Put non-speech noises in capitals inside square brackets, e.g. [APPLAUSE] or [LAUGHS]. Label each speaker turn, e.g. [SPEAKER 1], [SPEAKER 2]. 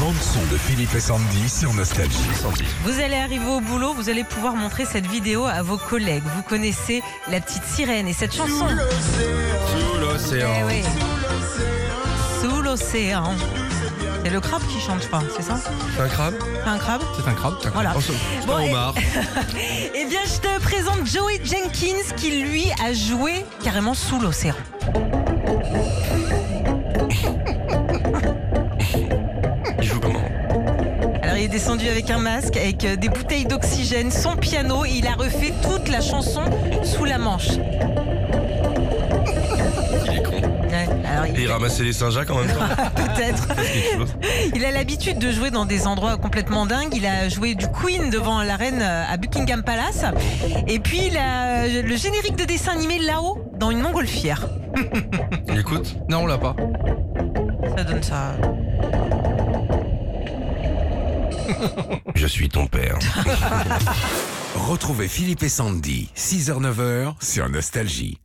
[SPEAKER 1] bande-son de Philippe et Sandy sur Nostalgie.
[SPEAKER 2] Vous allez arriver au boulot, vous allez pouvoir montrer cette vidéo à vos collègues. Vous connaissez la petite sirène et cette chanson.
[SPEAKER 3] Sous
[SPEAKER 2] Eh
[SPEAKER 3] l'océan.
[SPEAKER 2] oui. Sous l'océan. C'est le crabe qui chante, je crois, c'est ça
[SPEAKER 3] C'est un crabe
[SPEAKER 2] C'est un crabe
[SPEAKER 3] C'est un crabe c'est un
[SPEAKER 2] Voilà.
[SPEAKER 3] crabe. C'est
[SPEAKER 2] Bon,
[SPEAKER 3] un
[SPEAKER 2] et- [LAUGHS]
[SPEAKER 3] homard.
[SPEAKER 2] Eh bien, je te présente Joey Jenkins qui, lui, a joué carrément sous l'océan.
[SPEAKER 3] Il joue comment
[SPEAKER 2] Alors, il est descendu avec un masque, avec euh, des bouteilles d'oxygène, son piano, et il a refait toute la chanson sous la manche.
[SPEAKER 3] Il est con.
[SPEAKER 2] Ouais, alors, il-
[SPEAKER 3] Et il ramassait les Saint-Jacques en même
[SPEAKER 2] [LAUGHS]
[SPEAKER 3] temps. [LAUGHS]
[SPEAKER 2] peut-être.
[SPEAKER 3] C'est quelque chose.
[SPEAKER 2] Il a l'habitude de jouer dans des endroits complètement dingues. Il a joué du Queen devant la reine euh, à Buckingham Palace. Et puis, il a euh, le générique de dessin animé là-haut, dans une montgolfière.
[SPEAKER 3] On écoute
[SPEAKER 4] Non, on l'a pas.
[SPEAKER 2] Ça donne ça.
[SPEAKER 3] Je suis
[SPEAKER 1] [LAUGHS]
[SPEAKER 3] ton père.
[SPEAKER 1] Retrouvez Philippe et Sandy, 6h-9h sur Nostalgie.